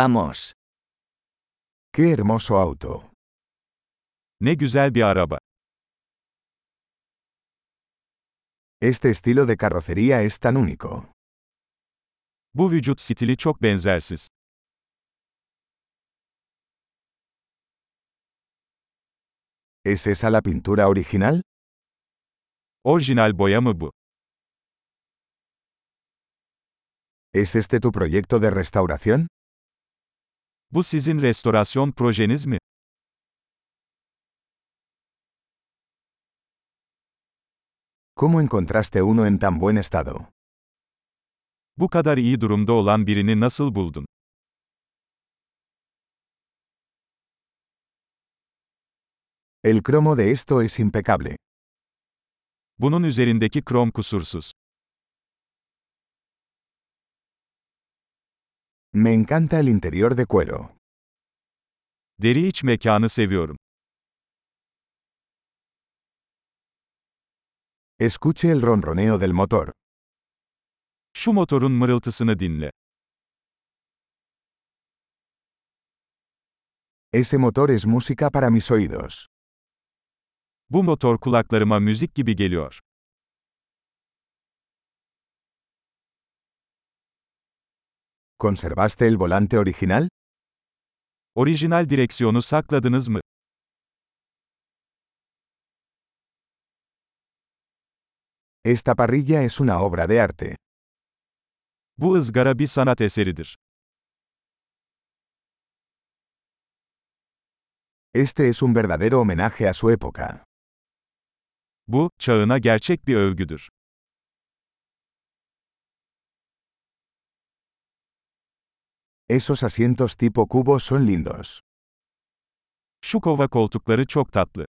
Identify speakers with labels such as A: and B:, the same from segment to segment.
A: Vamos.
B: ¡Qué hermoso auto!
C: Ne güzel bir araba.
B: Este estilo de carrocería es tan único.
C: Bu vücut stili çok benzersiz.
B: ¿Es esa la pintura original?
C: Orijinal boya mı bu?
B: ¿Es este tu proyecto de restauración?
C: Bu sizin restorasyon projeniz mi?
B: ¿Cómo encontraste uno en tan buen estado?
C: Bu kadar iyi durumda olan birini nasıl buldun?
B: El cromo de esto es impecable.
C: Bunun üzerindeki krom kusursuz.
B: Me encanta el interior de cuero.
C: Deri iç mekanı seviyorum.
B: Escuche el ronroneo del motor.
C: Şu motorun mırıltısını dinle.
B: Ese motor es música para mis oídos.
C: Bu motor kulaklarıma müzik gibi geliyor.
B: ¿Conservaste el volante original?
C: Orijinal direksiyonu sakladınız mı?
B: Esta parrilla es una obra de arte.
C: Bu ızgara bir sanat eseridir.
B: Este es un verdadero homenaje a su época.
C: Bu, çağına gerçek bir övgüdür.
B: Esos asientos tipo cubo son lindos.
C: Şu kova koltukları çok tatlı.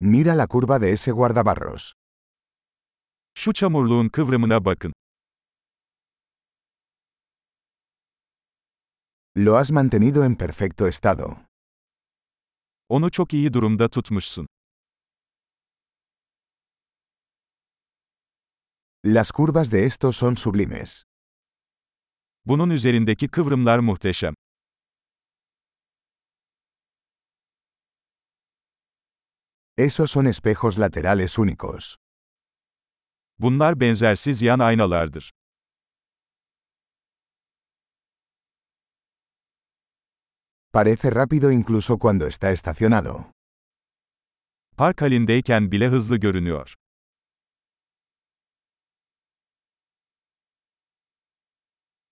B: Mira la curva de ese guardabarros.
C: Şu çamurluğun kıvrımına bakın.
B: Lo has mantenido en perfecto estado.
C: Onu çok iyi durumda tutmuşsun.
B: Las curvas de estos son sublimes.
C: Bunun üzerindeki kıvrımlar muhteşem.
B: Esos son espejos laterales únicos.
C: Bunlar benzersiz yan aynalardır.
B: Parece rápido incluso cuando está estacionado.
C: Park halindeyken bile hızlı görünüyor.